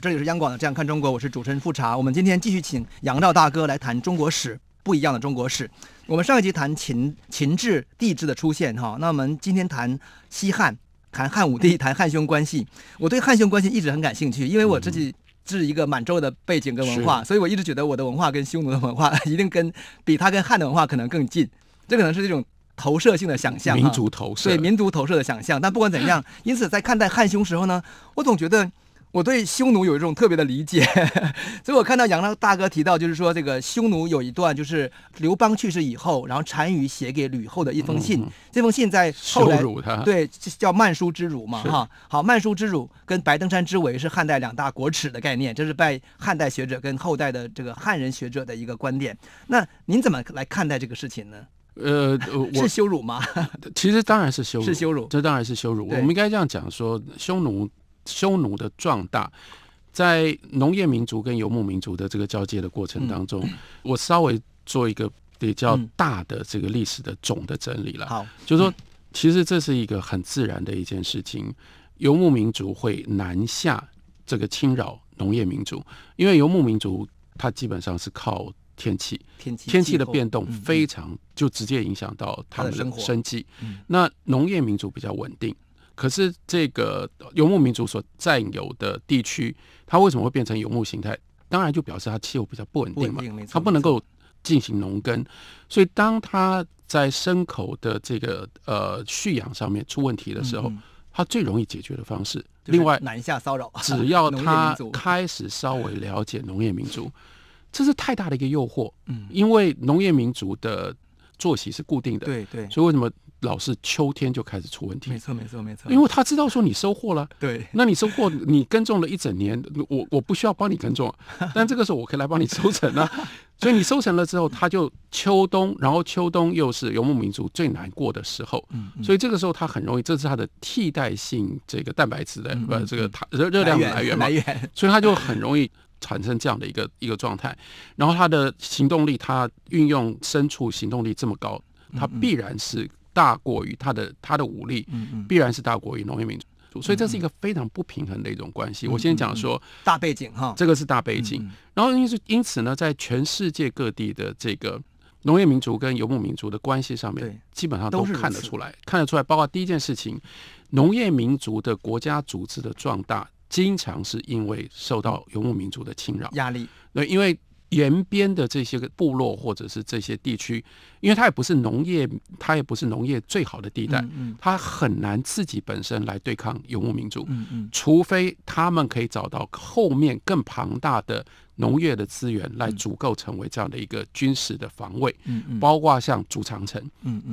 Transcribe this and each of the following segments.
这里是央广的《这样看中国》，我是主持人富察。我们今天继续请杨照大哥来谈中国史，不一样的中国史。我们上一集谈秦秦制、帝制的出现，哈，那我们今天谈西汉，谈汉武帝，谈汉匈关系。我对汉匈关系一直很感兴趣，因为我自己是一个满洲的背景跟文化，所以我一直觉得我的文化跟匈奴的文化 一定跟比他跟汉的文化可能更近。这可能是一种投射性的想象，民哈族投射对，民族投射的想象。但不管怎样，因此在看待汉匈时候呢，我总觉得我对匈奴有一种特别的理解。 所以我看到杨大哥提到，就是说这个匈奴有一段就是刘邦去世以后，然后单于写给吕后的一封信，这封信在后来嗯羞辱他对这叫曼殊之辱嘛是哈。好，曼殊之辱跟白登山之围是汉代两大国耻的概念，这是拜汉代学者跟后代的这个汉人学者的一个观点。那您怎么来看待这个事情呢？呃， 呃我是羞辱吗？其实当然是羞辱，是羞辱这当然是羞辱。我对们应该这样讲说，匈奴匈奴的壮大，在农业民族跟游牧民族的这个交界的过程当中， 我稍微做一个比较嗯大的这个历史的总的整理了。好，嗯就是说，其实这是一个很自然的一件事情。游牧民族会南下，这个侵扰农业民族，因为游牧民族它基本上是靠天气，天气天气气的候变动嗯嗯非常就直接影响到他们他的生活的生计嗯。那农业民族比较稳定，可是这个游牧民族所占有的地区，它为什么会变成游牧形态？当然就表示它气候比较不稳定不嘛稳定没，错它不没能够进行农耕，所以当它在牲口的这个呃蓄养上面出问题的时候，嗯嗯它最容易解决的方式，就是另外南下骚 扰， 只要农业他民族开始稍微了解农业民族，这是太大的一个诱惑。嗯因为农业民族的作息是固定的，，对对，所以为什么老是秋天就开始出问题没？错没错没错，因为他知道说你收 获了。对那你收获，你耕种了一整年，我我不需要帮你耕 种，但这个时候我可以来帮你收成啊。所以你收成了之后，它就秋冬，然后秋冬又是游牧民族最难过的时候，嗯所以这个时候它很容易，这是它的替代性这个蛋白质的、呃这个它热热量的来嗯来源嘛来，源所以它就很容易产生这样的一个一个状态。然后它的行动力，它运用牲畜行动力这么高，它必然是大过于它的它的武力，嗯必然是大过于农业民族，所以这是一个非常不平衡的一种关系。我先讲说大背景哈，嗯这个是大背景，然后因此因此呢，在全世界各地的这个。农业民族跟游牧民族的关系上对面，基本上都都是如看得此出来，看得出来。包括第一件事情，农业民族的国家组织的壮大，经常是因为受到游牧民族的侵扰。压力那因为沿边的这些个部落或者是这些地区，因为它也不是农业，它也不是农业最好的地嗯带，它很难自己本身来对抗游牧民族，嗯除非他们可以找到后面更庞大的农业的资源嗯来足够成为这样的一个军事的防卫，包括像筑长城，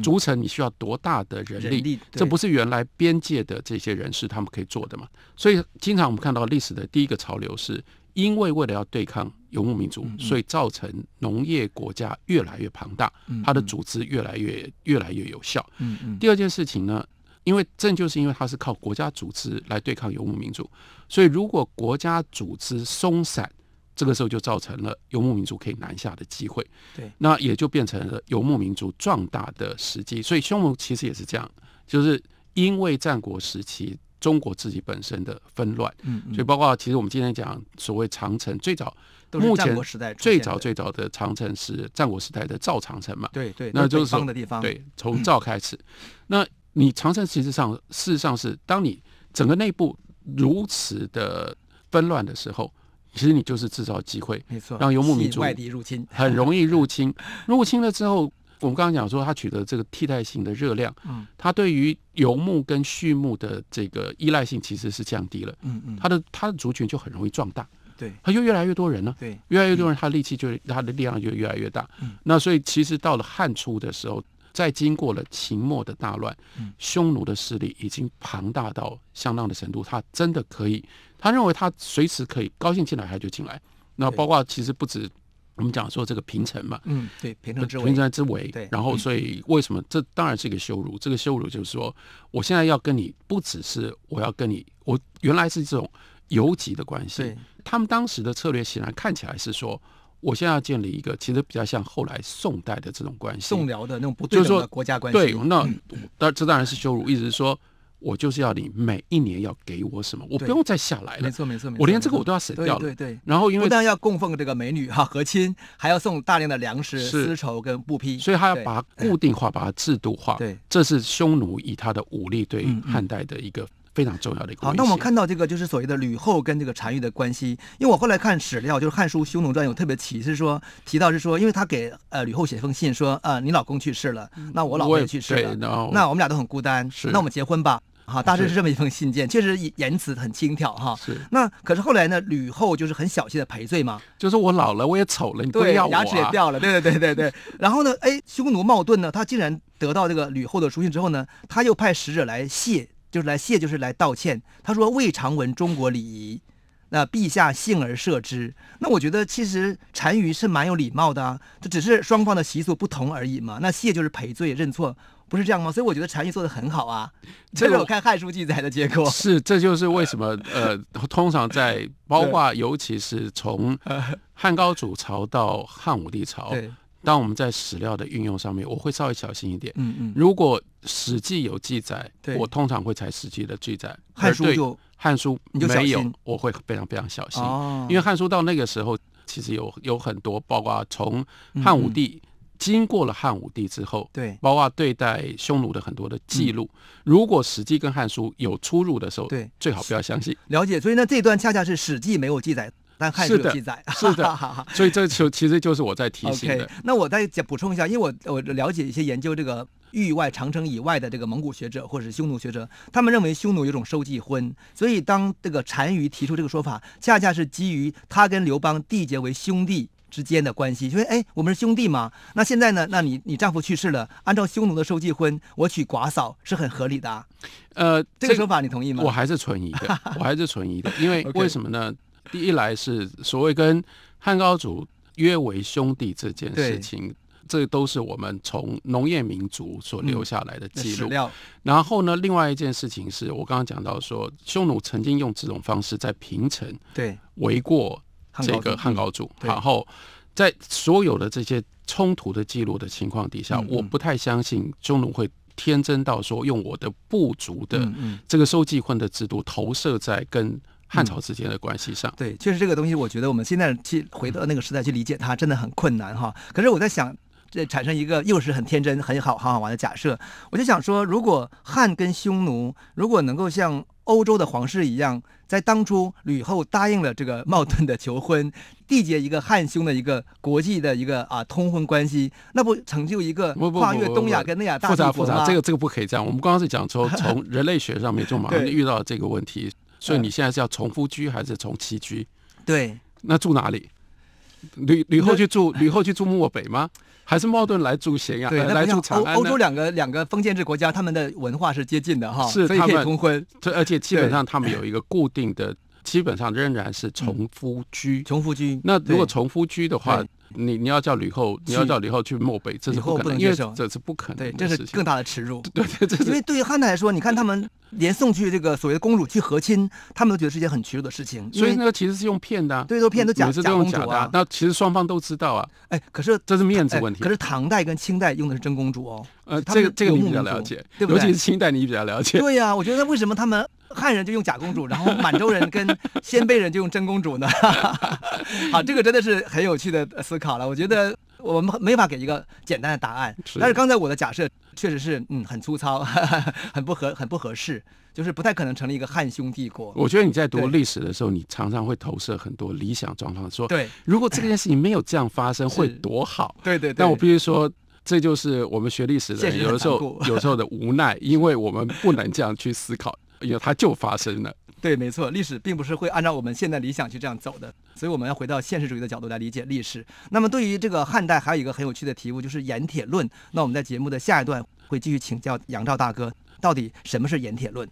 筑城你需要多大的人力？嗯人力对这不是原来边界的这些人士他们可以做的嘛？所以经常我们看到历史的第一个潮流是。因为为了要对抗游牧嗯民族，所以造成农业国家越来越庞大，它的组织越来越越来越有效。嗯嗯第二件事情呢，因为正就是因为它是靠国家组织来对抗游牧民族，所以如果国家组织松散，这个时候就造成了游牧民族可以南下的机会。对，那也就变成了游牧民族壮大的时机。所以匈奴其实也是这样，就是因为战国时期中国自己本身的纷乱，嗯所以包括其实我们今天讲所谓长城，最早都是目战前国时代出现最的早最早的长城是战国时代的赵长城嘛，对对，那都就是北方说的地方，对，从赵开始。那你长城其实上事实上是，当你整个内部如此的纷乱的时候，其实你就是制造机会，没错，让游牧民吸引族外敌入侵，很容易入侵。入侵了之后，我们刚刚讲说，它取得这个替代性的热量，嗯，它对于游牧跟畜牧的这个依赖性其实是降低了，嗯嗯，它的它的族群就很容易壮大，对它就越来越多人了。对，越来越多人，他力气就他的力量就越来越大。嗯那所以其实到了汉初的时候，在经过了秦末的大乱，嗯匈奴的势力已经庞大到相当的程度，他真的可以，他认为他随时可以高兴进来他就进来，那对包括其实不止我们讲说这个平城嘛，嗯，对，平城之围平，城之围对，然后所以为什么这当然是一个羞辱？这个羞辱就是说，我现在要跟你不只是我要跟你，我原来是这种游击的关系对。他们当时的策略显然看起来是说，我现在要建立一个其实比较像后来宋代的这种关系，宋辽的那种不就对是等说的国家关系，嗯对，那当这当然是羞辱，意思是说我就是要你每一年要给我什么，我不对用再下来没了。错没错没错，我连这个没错我都要省掉了对对对。然后因不为但要供奉这个美女哈、和亲，还要送大量的粮食、是丝绸跟布匹，所以他要对把它固定化，把它制度化。对，这是匈奴以他的武力对嗯嗯汉代的一个非常重要的一个威胁。好，那我们看到这个就是所谓的吕后跟这个单于的关系，因为我后来看史料，就是《汉书·匈奴传》有特别提是说提到是说，因为他给呃吕后写封信说，呃你老公去世了，那我老嗯我婆也也去世了对，然后那我们俩都很孤单，是那我们结婚吧。哈，大致是是这么一封信件，确实言言辞很轻佻哈。是，那可是后来呢，吕后就是很小心的赔罪嘛，就是我老了，我也丑了，你不要我、啊、牙齿也掉了， 对对对对对。然后呢，哎，匈奴冒顿呢，他竟然得到这个吕后的书信之后呢，他又派使者来谢，就是来谢，就是来道歉。他说未尝闻中国礼仪，那陛下幸而赦之。那我觉得其实单于是蛮有礼貌的啊，这只是双方的习俗不同而已嘛。那谢就是赔罪认错，不是这样吗？所以我觉得单于做的很好啊，这这个是我我看《汉书》记载的结 果。是，这就是为什么呃，通常在包括尤其是从汉高祖朝到汉武帝朝，对，当我们在史料的运用上面，我会稍微小心一点。嗯嗯，如果《史记》有记载对，我通常会采《史记》的记载，汉而书对就汉书你就小没有心，我会非常非常小心。哦，因为汉书到那个时候，其实有有很多，包括从嗯汉武帝、经过了汉武帝之后，对包括对待匈奴的很多的记录，如果《史记》跟《汉书》有出入的时候，嗯对，最好不要相信。 了解。所以呢，这段恰恰是《史记》没有记载，但《汉书》是有的记载。，是的 所以这就其实就是我在提醒 OK，的。那我再讲补充一下，因为我我了解一些研究这个域外长城以外的这个蒙古学者或者是匈奴学者，他们认为匈奴有种收继婚，所以当这个单于提出这个说法，恰恰是基于他跟刘邦缔结为兄弟。之间的关系，因为哎，我们是兄弟嘛。那现在呢？那你你丈夫去世了，按照匈奴的收继婚，我娶寡嫂是很合理的、啊。呃，这个说法你同意吗？我还是存疑 的，我还是存疑的，因为 OK 为什么呢？第一来是所谓跟汉高祖约为兄弟这件对事情，这都是我们从农业民族所留下来的那记史录。料然后呢，另外一件事情是我刚刚讲到说，匈奴曾经用这种方式在平城对围过汉这高个祖嗯汉高祖，对然后在所有的这些冲突的记录的情况底下，嗯嗯我不太相信匈奴会天真到说用我的部族的嗯嗯这个收继婚的制度投射在跟汉朝之间的关系上。对，确实这个东西，我觉得我们现在去回到那个时代去理解它，真的很困难哈。可是我在想，这产生一个又是很天真、很好、很好玩的假设，我就想说，如果汉跟匈奴如果能够像欧洲的皇室一样，在当初吕后答应了这个冒顿的求婚，缔结一个汉匈的一个国际的一个啊通婚关系，那不成就一个不不不跨越不东亚不跟内嗯亚大啊复帝杂国复吗杂，这个这个不可以这样。我们刚刚是讲 说从人类学上面就马上对遇到这个问题，所以你现在是要从夫居还是从妻居？对。那住哪里？吕吕那后去住吕后去住漠北吗？还是冒顿来住咸阳？对，呃那来不像住长安呢？欧欧洲两个两个封建制国家，他们的文化是接近的哈，是所以可他以们通婚。这而且基本上他们有一个固定的，基本上仍然是从夫居。穷夫君，那如嗯果对从夫居的话对，你你要叫吕后，你要叫吕后去漠北，这吕是后不不可能能，接因为受这是不可对，能这的是事情。更大的耻辱。 对对，这因是为对于汉代来说，你看他们连送去这个所谓的公主去和亲，他们都觉得是一件很耻辱的事情。因所为以那个其实是用骗的啊，对都骗都假每次都用假假公主的啊啊。那其实双方都知道啊，哎，可是这是面子哎问题可。是唐代跟清代用的是真公主哦。呃，他这们个这个游你牧比较民了族解，对不尤其对是清代你比较了 解。对呀、我觉得为什么他们汉人就用假公主，然后满洲人跟鲜卑人就用真公主呢？ 好，这个真的是很有趣的思考了。我觉得我们没法给一个简单的答案，是但是刚才我的假设确实是嗯很粗糙， 很不合很不合适，就是不太可能成立一个汉匈帝国。我觉得你在读对历史的时候，你常常会投射很多理想状况，说对如果这件事情没有这样发生，会是多好。对对对，但我必须说，这就是我们学历史的现人实有的时候很残酷有时候的无奈，因为我们不能这样去思考，因为它就发生了。对，没错，历史并不是会按照我们现在理想去这样走的，所以我们要回到现实主义的角度来理解历史。那么，对于这个汉代，还有一个很有趣的题目，就是盐铁论。那我们在节目的下一段会继续请教杨照大哥，到底什么是盐铁论？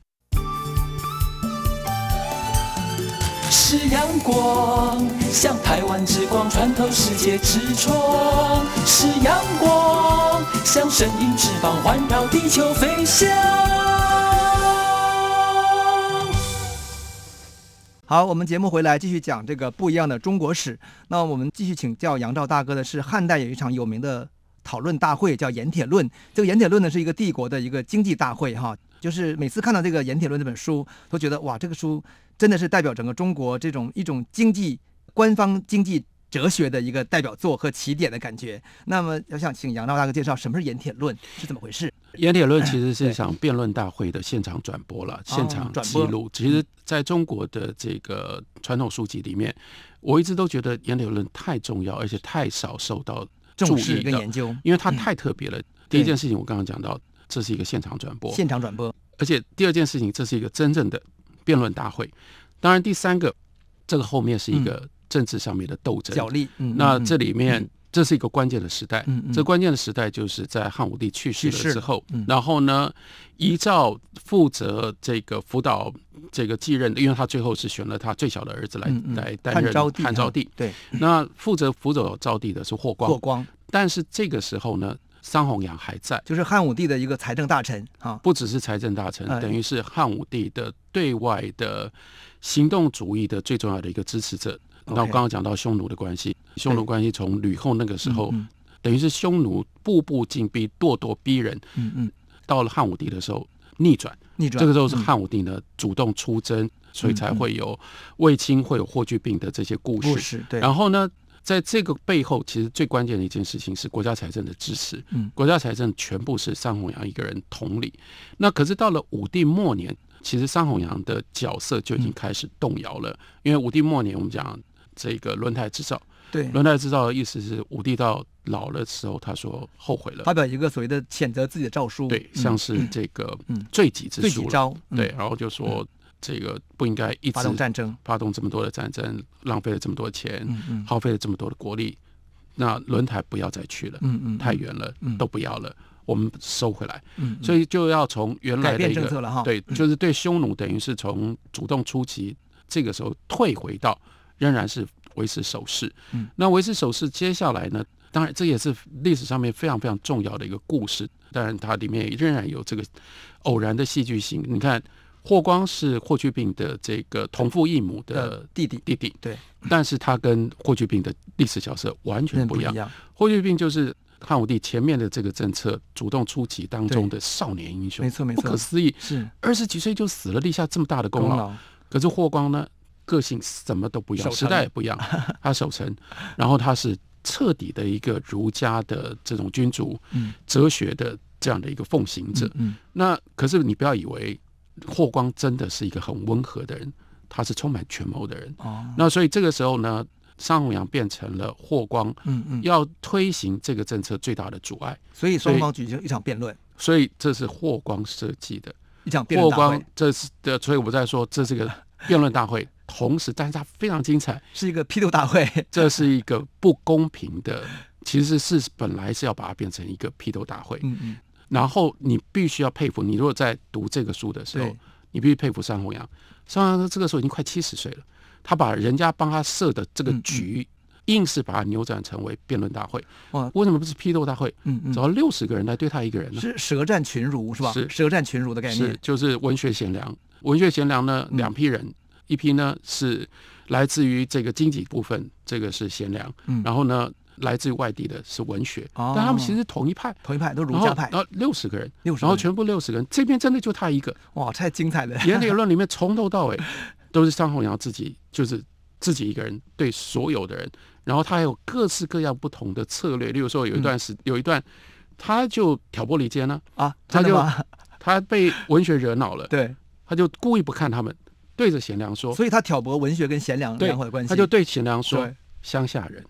史是阳光，像台湾之光穿透世界之窗。是阳光，像神鹰翅膀环绕地球飞翔。好，我们节目回来继续讲这个不一样的中国史。那我们继续请教杨照大哥的是，汉代有一场有名的讨论大会，叫盐铁论。这个盐铁论呢，是一个帝国的一个经济大会哈。就是每次看到这个《盐铁论》这本书，都觉得哇，这个书真的是代表整个中国这种一种经济官方经济哲学的一个代表作和起点的感觉。那么，我想请杨照大哥介绍什么是《盐铁论》，是怎么回事？ 《盐铁论》其 实是一场辩论大会的现场转播哦了，现场记录。其嗯实，在中国的这个传统书籍里面，我一直都觉得《盐铁论》太重要，而且太少受到注重视意跟研的，究，因为它嗯太特别了。第一件事情，我刚刚讲到，这是一个现场转播，现场转播，而且第二件事情，这是一个真正的辩论大会。当然，第三个，这个后面是一个政治上面的斗争。嗯角力。嗯，那嗯这里面嗯，这是一个关键的时代。嗯嗯这关键的时代就是在汉武帝去世去世了之后，嗯然后呢，依照负责这个辅导这个继任的，因为他最后是选了他最小的儿子来、嗯嗯来担汉任昭帝，昭帝。对，那负责辅佐昭帝的是霍光，霍光但是这个时候呢，桑弘羊还在。就是汉武帝的一个财政大臣啊。不只是财政大臣哎，等于是汉武帝的对外的行动主义的最重要的一个支持者。 OK 那我刚刚讲到匈奴的关系，匈奴关系从吕后那个时候，嗯等于是匈奴步步紧逼、咄咄逼人，嗯嗯，到了汉武帝的时候逆转。逆转这个时候是嗯汉武帝呢主动出征，所以才会有卫青会有霍去病的这些故故事。事，对，然后呢，在这个背后，其实最关键的一件事情是国家财政的支持。嗯国家财政全部是桑弘羊一个人统领。那可是到了武帝末年，其实桑弘羊的角色就已经开始动摇了，因为武帝末年我们讲这个轮台制造，对，轮台制造的意思是武帝到老了时候，他说后悔了发。表一个所谓的谴责自己的诏书，对，嗯像是这个嗯罪己之罪己书了，诏，嗯对，，然后就说这个不应该一直发动战争，发动这么多的战争，浪费了这么多钱，嗯嗯耗费了这么多的国力，那轮台不要再去了，嗯嗯，太远了，嗯都不要了，我们收回来。嗯，嗯，所以就要从原来改的变一政策个了哈，嗯对，就是对匈奴等于是从主动出击这个时候退回到仍然是维持守势。嗯那维持守势接下来呢，当然这也是历史上面非常非常重要的一个故事，当然它里面仍然有这个偶然的戏剧性。你看，霍光是霍去病的这个同父异母的的弟弟弟弟，对，但是他跟霍去病的历史角色完全嗯不不一一样。样，霍去病就是汉武帝前面的这个政策主动出击当中的少年英雄，没错没错不可思议，是二十几岁就死了，立下这么大的功功劳。劳，可是霍光呢，个性什么都不一样，守成时代也不 一样，他守成，然后他是彻底的一个儒家的这种君主嗯哲学的这样的一个奉行者。嗯，那可是你不要以为霍光真的是一个很温和的人，他是充满权谋的人。哦，那所以这个时候呢，商弘羊变成了霍光嗯嗯，要推行这个政策最大的阻碍，所以双所以方举行一场辩论，所以这是霍光设计的。一场辩霍论大光会，这是的，所以我在说这 是个辩论大会，同时但是它非常精彩，是一个批斗大会，这是一个不公平 的，其实是本来是要把它变成一个批斗大会，嗯嗯，然后你必须要佩服，你如果在读这个书的时候对，你必须佩服山洪阳，山洪阳这个时候已经快七十岁了，他把人家帮他设的这个嗯嗯局。硬是把它扭转成为辩论大会，哇为什么不是批斗大会？嗯嗯只要六十个人来对他一个人呢？是舌战群儒是吧？是舌战群儒的概是念，就是文学贤良，文学贤良呢嗯两批人，一批呢是来自于这个经济部分，这个是贤良，嗯然后呢来自于外地的是文学，哦但他们其实是同一派。同一派都儒然后家，派然，后六十个人， 60然个后人全部六十个人，这边真的就他一个。哇，太精彩了，言理论里面从头 到尾都是张弘尧自己，就是自己一个人对所有的人，然后他还有各式各样不同的策略。例如说，有一嗯段时、有一段，他就挑拨离间呢、啊，他真的就吗？他被文学 惹恼了，对，他就故意不看他们，对着贤良说，所以他挑拨文学跟贤良对良好的关系，他就对贤良说对，乡下人，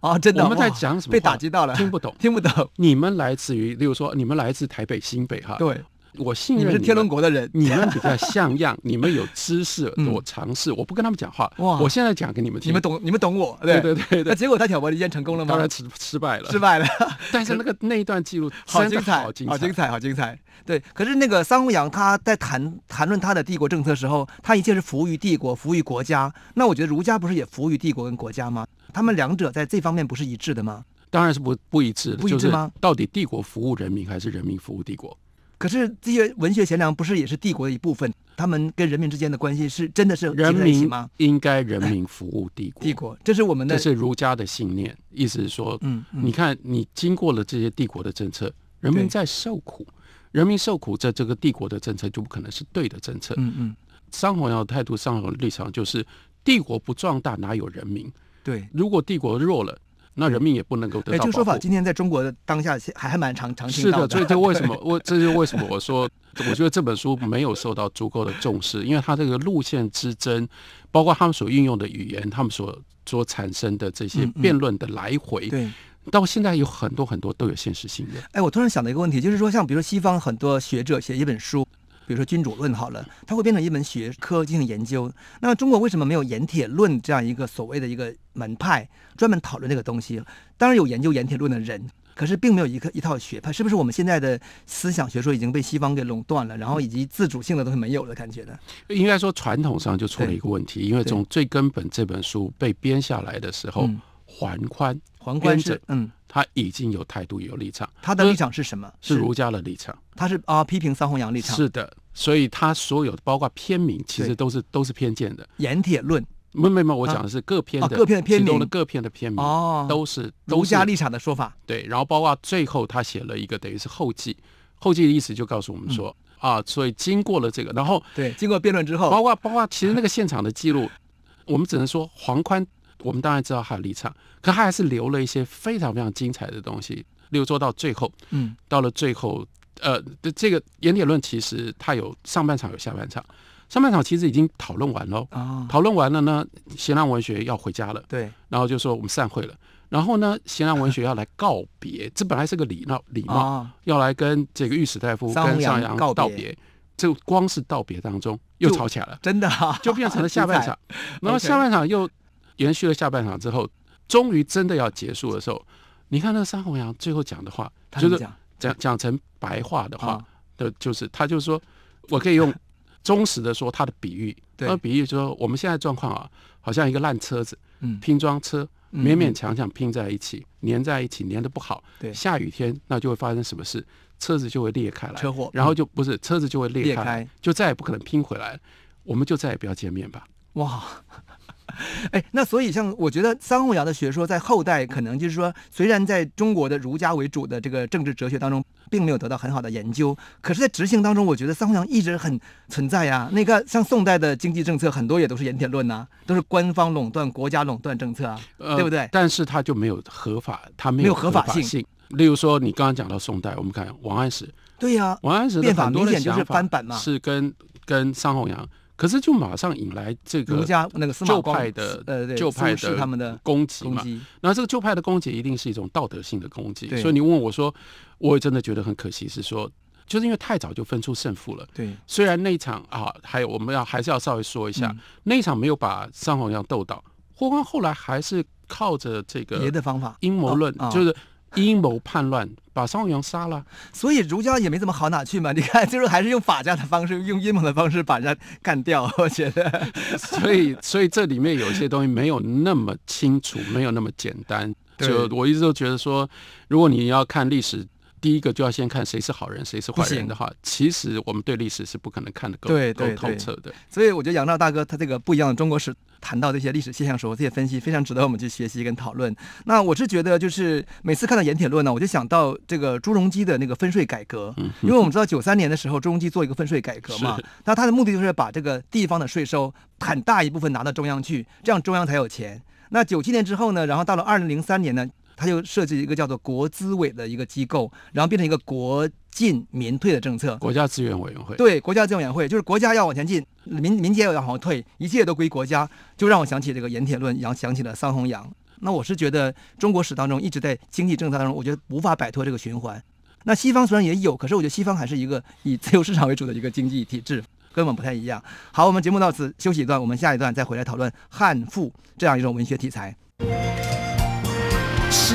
啊，真的，我们在哇讲什么被话打击到了，哦听不懂 听不懂，你们来自于，例如说，你们来自台北新北哈，对，我信你任们是们天龙国的人， 你们比较像样，你们有知识，嗯我尝试，我不跟他们讲话，哇我现在讲给你们听，你们懂，你们懂我，对对对对那对，结果他挑拨离间成功了吗当？然失失败 了，失 败了，但是那个那一段记录 好真的精彩，好精好精彩，彩，好精彩。对，可是那个桑弘羊他在谈谈论他的帝国政策时候，他一切是服务于帝国，服务于国家。那我觉得儒家不是也服务于帝国跟国家吗？他们两者在这方面不是一致的吗？当然是不不一致的，不一致就是吗到底帝国服务人民还是人民服务帝国？可是这些文学贤良不是也是帝国的一部分？他们跟人民之间的关系是真的是结人在一起民吗？应该人民服务帝国，帝国，这是我们的这是儒家的信念，意思是说，嗯嗯你看你经过了这些帝国的政策，人对民在受苦，人民受苦，在这个帝国的政策就不可能是对的政策。嗯嗯，商弘要态度，商弘的立场就是，帝国不壮大哪有人民？对。如果帝国弱了，那人民也不能够得哎，到这个说法保护今天在中国的当下还还蛮常常听是到的，所 以这为什么？么我这就是为什么我说，我觉得这本书没有受到足够的重视，因为它这个路线之争，包括他们所运用的语言，他们所所产生的这些嗯嗯辩论的来回，对，到现在有很多很多都有现实性的。哎，我突然想到一个问题，就是说，像比如说西方很多学者写一本书，比如说《君主论》好了，它会变成一门学科进行研究。那中国为什么没有盐铁论这样一个所谓的一个门派专门讨论这个东西？当然有研究盐铁论的人。可是并没有一个一套学派，是不是我们现在的思想学说已经被西方给垄断了，然后以及自主性的东西没有了感觉呢？应该说传统上就出了对一个问题，因为对从最根本这本书被编下来的时候嗯，桓宽皇冠编是者嗯，他已经有态度有立场，他的就是立场是什么？是儒家的立场。他是啊批评桑弘羊立场，是的，所以他所有的包括片名，其实对都是都是偏见的。盐铁论没没没，我啊讲的是各篇啊的各篇的篇其中名的各篇的篇名哦都是都儒是家立场的说法，对，然后包括最后他写了一个等于是后记，后记的意思就告诉我们说、啊，所以经过了这个，然后嗯对，经过辩论之后，包括包括其实那个现场的记录，我们只能说黄宽，我们当然知道他的立场，可他还是留了一些非常非常精彩的东西，例如说到最后，嗯，到了最后，呃，这这个盐铁论其实它有上半场有下半场，上半场其实已经讨论完喽。啊，讨论完了呢，贤良文学要回家了，对，然后就说我们散会了。然后呢，贤良文学要来告别，这本来是个礼闹礼貌，啊，要来跟这个御史大夫桑弘跟上羊阳告别道别。这光是道别当中又就吵起来了，真的、 啊、。就变成了下半场然后 OK 下半场又延续了下半场之后，终于真的要结束的时候，你看那个桑弘羊最后讲的话，他就怎么是讲讲讲成白话的话啊，的、就是他就说，我可以用 忠实的说他的比喻，对他的比喻就说我们现在状况啊，好像一个烂车子，嗯拼装车。嗯勉勉强强拼在一起，粘在一起，粘的不好。对下雨天那就会发生什么事？车子就会裂开来，车祸嗯然后就不是车子就会裂裂开来开，就再也不可能拼回来了。我们就再也不要见面吧。哇。 哎，那所以像我觉得桑弘羊的学说在后代可能就是说，虽然在中国的儒家为主的这个政治哲学当中，并没有得到很好的研究，可是，在执行当中，我觉得桑弘羊一直很存在呀、那个像宋代的经济政策，很多也都是盐铁论呐、都是官方垄断、国家垄断政策啊，呃对不对？但是它就没有合法，它没没有有合合法法性例如说，你刚刚讲到宋代，我们看王安石，对啊呀、王安石的变法很多明的显就是想法翻版嘛是跟跟桑弘羊，可是就马上引来这个儒家那个司马旧光派的呃对旧派苏轼的他们的攻击攻嘛。击，那这个旧派的攻击一定是一种道德性的攻击，对所以你问我说，我也真的觉得很可惜，是说就是因为太早就分出胜负了。对，虽然那一场啊，还有我们要还是要稍微说一下，嗯那一场没有把桑弘羊斗倒，霍光后来还是靠着这个别的方法阴谋论，哦哦就是阴谋叛乱，把桑弘羊杀了。所以儒家也没怎么好哪去嘛，你看，就是还是用法家的方式，用阴谋的方式把人家干掉。我觉得， 所以，所以这里面有一些东西没有那么清楚，没有那么简单。对就我一直都觉得说，如果你要看历史，第一个就要先看谁是好人，谁是坏不行人的话，其实我们对历史是不可能看得够对够对透对彻的。所以我觉得杨照大哥他这个不一样的中国史谈到这些历史现象时候，这些分析非常值得我们去学习跟讨论。那我是觉得，就是每次看到《盐铁论》呢，我就想到这个朱镕基的那个分税改革，因为我们知道九三年的时候，朱镕基做一个分税改革嘛是，那他的目的就是把这个地方的税收很大一部分拿到中央去，这样中央才有钱。那九七年之后呢，然后到了二零零三年呢，他就设计一个叫做国资委的一个机构，然后变成一个国进民退的政策。国家资源委员会，对，国家资源委员会就是国家要往前进，民民间要往后退，一切都归国家，就让我想起这个盐铁论，想想起了桑弘羊。那我是觉得中国史当中一直在经济政策当中，我觉得无法摆脱这个循环。那西方虽然也有，可是我觉得西方还是一个以自由市场为主的一个经济体制，跟我们不太一样。好，我们节目到此休息一段，我们下一段再回来讨论汉赋这样一种文学题材。是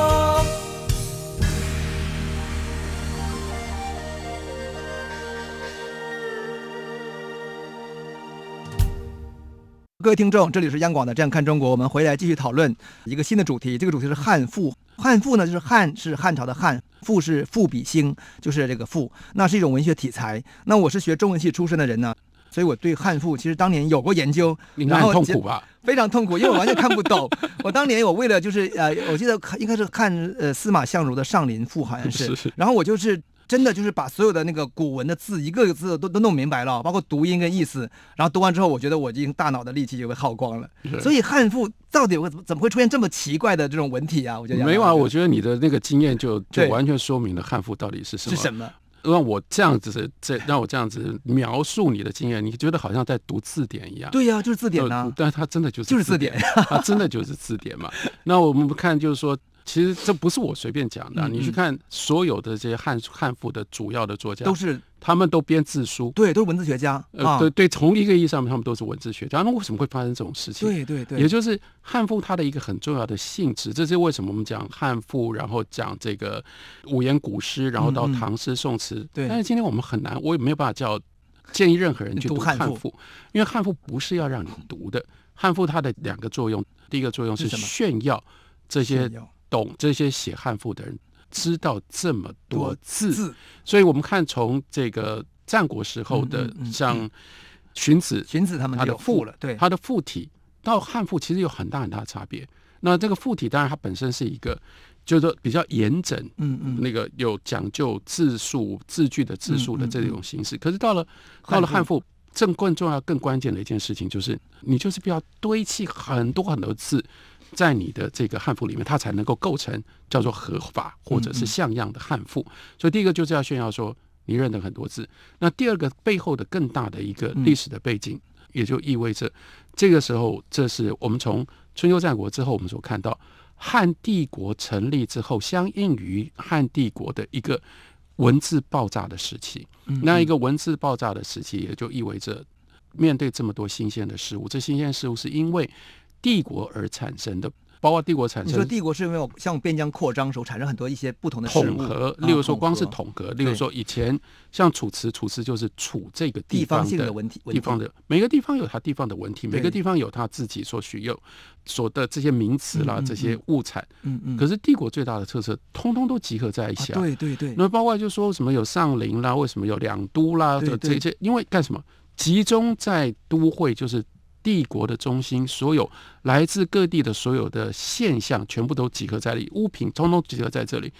各位听众，这里是央广的《这样看中国》，我们回来继续讨论一个新的主题。这个主题是汉赋。汉赋呢，就是汉是汉朝的汉，赋是赋比兴，就是这个赋。那是一种文学题材。那我是学中文系出身的人呢，所以我对汉赋其实当年有过研究，你然看很后痛结苦吧？非常痛苦，因为我完全看不懂。 我当年我为了就是呃，我记得看应该是看呃司马相如的《上林赋》，好像是，是然后我就是。真的就是把所有的那个古文的字一个个字都都弄明白了，包括读音跟意思。然后读完之后，我觉得我已经大脑的力气就被耗光了。是所以汉赋到底我怎么怎么会出现这么奇怪的这种文体啊？我觉得没有啊，我是觉得你的那个经验就就对完全说明了汉服到底是什么。什么？让我这样子，这让我这样子描述你的经验，你觉得好像在读字典一样。对呀、就是字典呃呐、但是它真的就是就是字典典， 它真的就是字 典嘛。那我们看就是说，其实这不是我随便讲的啊，嗯你去嗯看所有的这些汉汉服的主要的作家，都是他们都编字书。对，都是文字学家呃，啊。对对，从一个意义上面，他们都是文字学家。那为什么会发生这种事情？对对对，也就是汉赋它的一个很重要的性质，这是为什么我们讲汉赋，然后讲这个五言古诗，然后到嗯嗯唐诗宋词。对但是今天我们很难，我也没有办法叫建议任何人去读读汉汉赋赋，因为汉赋不是要让你读的。汉赋它的两个作用，第一个作用是是什么炫耀这些炫耀懂这些写汉赋的人知道这么多多字，字所以我们看从这个战国时候嗯的嗯嗯像荀子，荀子他们它就的有赋了，对，它的附体到汉赋其实有很大很大的差别。那这个附体当然它本身是一个，就是说比较严整，嗯嗯，那个有讲究字数、字句的字数的嗯嗯这种形式。可是到了汉到了赋汉赋，正更重要、更关键的一件事情就是，你就是必要堆砌很多很多字。在你的这个汉赋里面，它才能够构成叫做合法或者是像样的汉赋。所以第一个就是要炫耀说你认得很多字。那第二个背后的更大的一个历史的背景，也就意味着这个时候，这是我们从春秋战国之后我们所看到汉帝国成立之后，相应于汉帝国的一个文字爆炸的时期。嗯那一个文字爆炸的时期，也就意味着面对这么多新鲜的事物，这新鲜事物是因为帝国而产生的，包括帝国产你生说帝国是没有向边疆扩张时候产生很多一些不同的事统物合，啊例如说光是合统合，例如说以前像楚辞，楚辞就是楚这个地方方性的的文体，文地方体的每个地方有它地方的文体，每对个地方有它自己所需有所的这些名词啦嗯嗯，这些物产。嗯嗯，可是是帝国最大的特色，通通都集合在一起啊。对对对，嗯那包括就说什么有上林啦，为什么有两都啦，对这对这些，因为干什么？集中在都会，就是帝国的中心，所有来自各地的所有的现象，全部都集合在这里，物品通通集合在这里。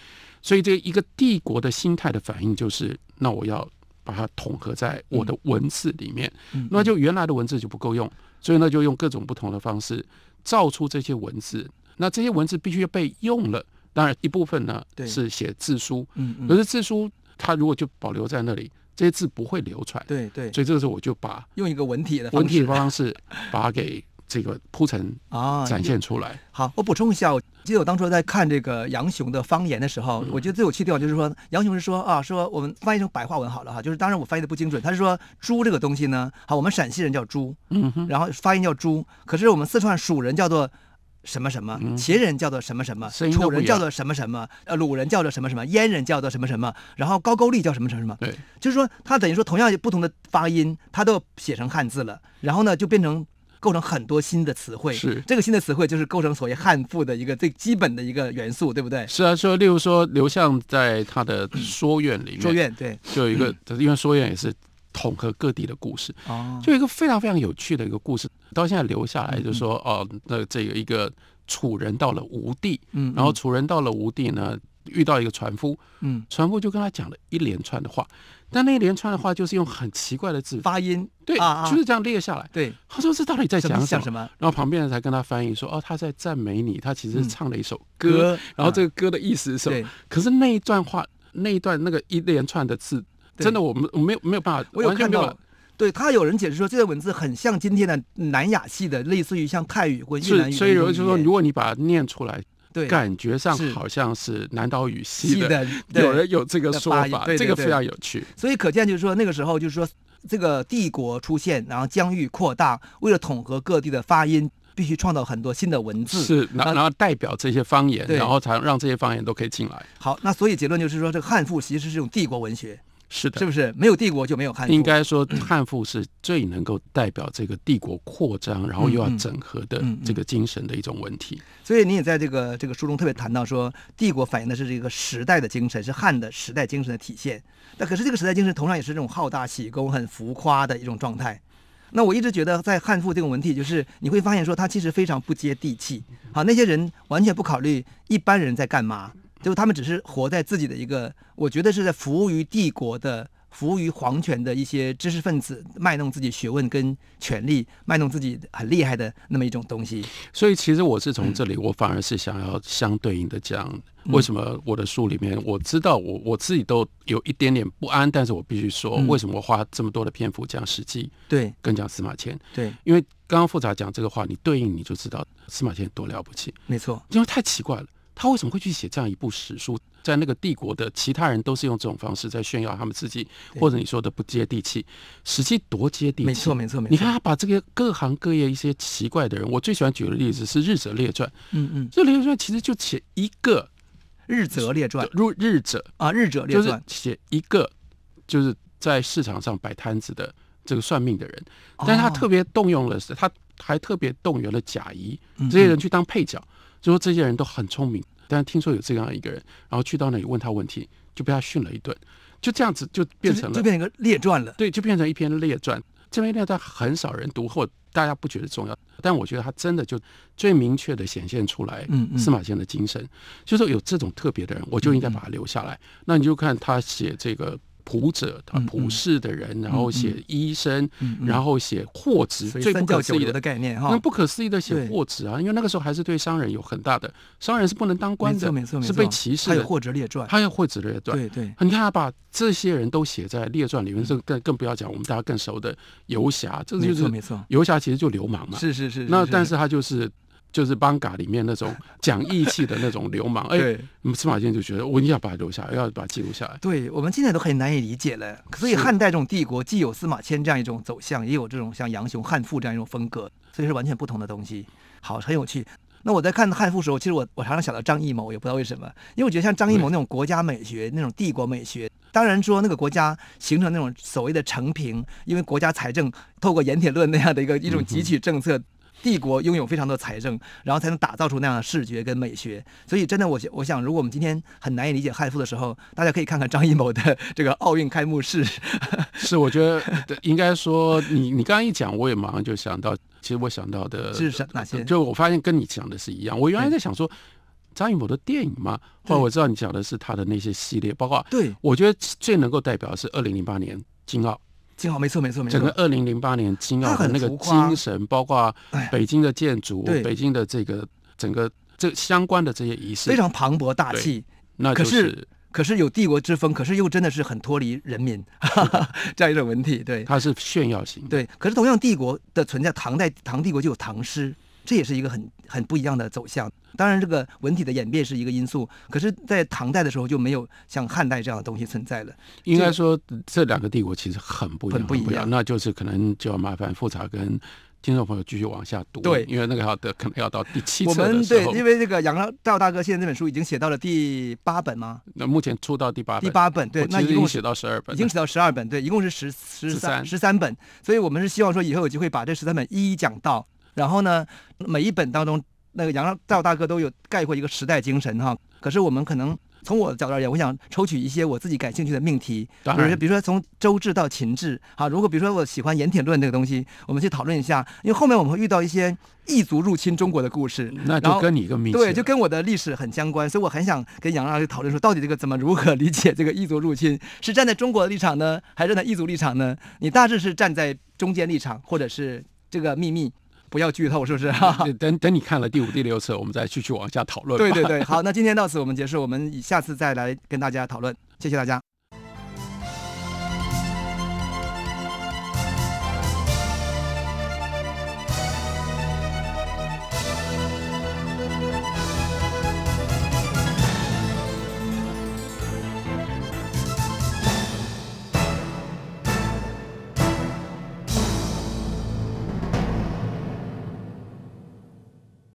所以，这一个帝国的心态的反应就是，那我要把它统合在我的文字里面。嗯那就原来的文字就不够用，所以呢，就用各种不同的方式造出这些文字。那这些文字必须被用了，当然一部分呢对是写字书，嗯嗯可是字书它如果就保留在那里，这些字不会流传。对对，所以这个时候我就把用一个文体的方文体式的方式把它给这个铺陈啊展现出来。好，我补充一下，我记得我当初在看这个杨雄的方言的时嗯候，我觉得最有趣的地方就是说，杨雄是说啊，说我们翻译成白话文好了哈，就是当然我翻译的不精准，他是说猪这个东西呢，好，我们陕西人叫猪，嗯哼，然后发音叫猪，可是我们四川蜀人叫做。什么什么，秦人叫做什么什么，嗯声音楚都不一人叫样做什么什么，呃，鲁人叫做什么什么，燕人叫做什么什么，然后高句丽叫什么什么什么，对，就是说，它等于说同样不同的发音，它都写成汉字了，然后呢，就变成构成很多新的词汇。是这个新的词汇就是构成所谓汉赋的一个最基本的一个元素，对不对？是啊，说例如说刘向在他的《说苑》嗯里卓面越对，就有一个，因为《说苑》也是统合各地的故事，哦，就有一个非常非常有趣的一个故事，到现在留下来，就说哦，那这个一个楚人到了吴地，嗯，然后楚人到了吴地呢，遇到一个船夫，嗯，船夫就跟他讲了一连串的话，但那一连串的话就是用很奇怪的字，发音对啊啊，，就是这样列下来。对，他说这到底在什讲么什想么什？么然后旁边人才跟他翻译说，哦，他在赞美你，他其实嗯是唱了一首歌，然后这个歌的意思是什啊对么？，可是那一段话，那一段那个一连串的字，对真的我们我没有没有办法，我有完全看没有办到法。。对他有人解释说，这些文字很像今天的南亚系的，类似于像泰语或越南语的一种语是，言。所以我就说，如果你把它念出来，对感觉上是好像是南岛语系系的，的 有对人有这个说的法发，音对这个对非常有趣。所以可见就是说那个时候就是说这个帝国出现，然后疆域扩大，为了统合各地的发音，必须创造很多新的文字。是，然那然后代表这些方言，对然后才让这些方言都可以进来。好，那所以结论就是说，这个汉赋其实是一种帝国文学，是的，是不是？没有帝国就没有汉嗯赋。应该说汉赋是最能够代表这个帝国扩张，然后又要嗯嗯整合的嗯嗯这个精神的一种文体。所以你也在这个这个书中特别谈到说，帝国反映的是这个时代的精神，是汉的时代精神的体现。那可是这个时代精神同样也是这种好大喜功、很浮夸的一种状态。那我一直觉得，在汉赋这种文体，就是你会发现说，它其实非常不接地气。好，那些人完全不考虑一般人在干嘛，就他们只是活在自己的一个，我觉得是在服务于帝国的、服务于皇权的一些知识分子，卖弄自己学问跟权力，卖弄自己很厉害的那么一种东西。所以其实我是嗯从这里，我反而是想要相对应的讲，为什么我的书里面我知道我我自己都有一点点不安，但是我必须说，嗯为什么我花这么多的篇幅讲《史记》对跟讲司马迁？对，因为刚刚复查讲这个话，你对应你就知道司马迁多了不起，没错。因为太奇怪了，他为什么会去写这样一部史书？在那个帝国的其他人都是用这种方式在炫耀他们自己，或者你说的不接地气，《史记》多接地气，没错，没错，没错。你看，他把这个各行各业一些奇怪的人，我最喜欢举的例子是《日者列传》。嗯嗯，这《列传》其实就写一个日则列传入日者，啊，日者列就是传，写一个就是在市场上摆摊子的这个算命的人，但是他哦特别动用了，他还特别动员了贾谊嗯这些人去当配角，就说这些人都很聪明，但是听说有这样一个人，然后去到那里问他问题，就被他训了一顿，就这样子就变成就了就变成一个列传了。对，就变成一篇列传。这篇列传很少人读，或大家不觉得重要，但我觉得它真的就最明确的显现出来，嗯嗯司马迁的精神，就是说有这种特别的人，我就应该把他留下来。那你就看他写这个仆者，他嗯嗯嗯仆士的人，然后写医生，嗯嗯然后写货值，所以最三不教可思九议流的的。概念哈那，不可思议的写哦对货值啊，因为那个时候还是对商人有很大的，商人是不能当官没的错，没错，没错，是被歧视还有的。或者列传，他要货值列传，对对，你看他把这些人都写在列传里面，这更更不要讲我们大家更熟的游侠，这没就错没是错，游侠其实就流氓嘛。是是是。那但是他就是就是邦嘎里面那种讲义气的那种 流氓，哎对，嗯司马迁就觉得我一定要把它留下来，要把它记录下来。对我们现在都很难以理解了。所以是汉代这种帝国，既有司马迁这样一种走向，也有这种像杨雄、汉赋这样一种风格，所以是完全不同的东西。好，很有趣。那我在看汉赋的时候，其实我我常常想到张艺谋，也不知道为什么，因为我觉得像张艺谋那种国家美学、那种帝国美学，当然说那个国家形成那种所谓的成平，因为国家财政透过盐铁论那样的一个一种汲取政策。嗯帝国拥有非常多的财政，然后才能打造出那样的视觉跟美学。所以，真的我想，我想，如果我们今天很难以理解汉赋的时候，大家可以看看张艺谋的这个奥运开幕 式。是，我觉得对应该说你你刚刚一讲，我也马上就想到，其实我想到的呃是什哪些就我发现跟你讲的是一样。我原来在想说张艺谋的电影嘛，后来我知道你讲的是他的那些系列，包括对，我觉得最能够代表的是二零零八年金澳。金浩，没错，没错，没错。整个二零零八年金它澳的很那个浮夸精神，包括哎北京的建筑对、北京的这个整个这相关的这些仪式，非常磅礴大气，那可就是是可是有帝国之风，可是又真的是很脱离人民 这样一种文体。对它是炫耀型的。对，可是同样帝国的存在，唐代唐帝国就有唐诗，这也是一个很很不一样的走向。当然，这个文体的演变是一个因素，可是，在唐代的时候就没有像汉代这样的东西存在了。应该说这两个帝国其实很不一样，很不一样那就是可能就要麻烦复查跟听众朋友继续往下读，对因为那个要的可能要到第七我册们的时对候，，因为这个杨照大哥现在这本书已经写到了第八本吗？那目前出到第八本，第八本，对我，那一其实已经共写到十二本了，已经写到十二本，对，一共是十十三13十三本，所以我们是希望说以后有机会把这十三本一一讲到，然后呢，每一本当中那个杨照大哥都有概括一个时代精神哈。可是我们可能从我的角度而言，我想抽取一些我自己感兴趣的命题，当比如然说比如说从周制到秦制，好，如果比如说我喜欢盐铁论这个东西，我们去讨论一下，因为后面我们会遇到一些异族入侵中国的故事，那然后就跟你一个名字对，就跟我的历史很相关，所以我很想跟杨老师讨论说，到底这个怎么如何理解这个异族入侵？是站在中国的立场呢，还是站在异族立场呢？你大致是站在中间立场，或者是这个秘密不要剧透，是不是？ 哈哈对等等你看了第五、第六册，我们再继续往下讨论吧。对对对，好，那今天到此我们结束，我们以下次再来跟大家讨论，谢谢大家。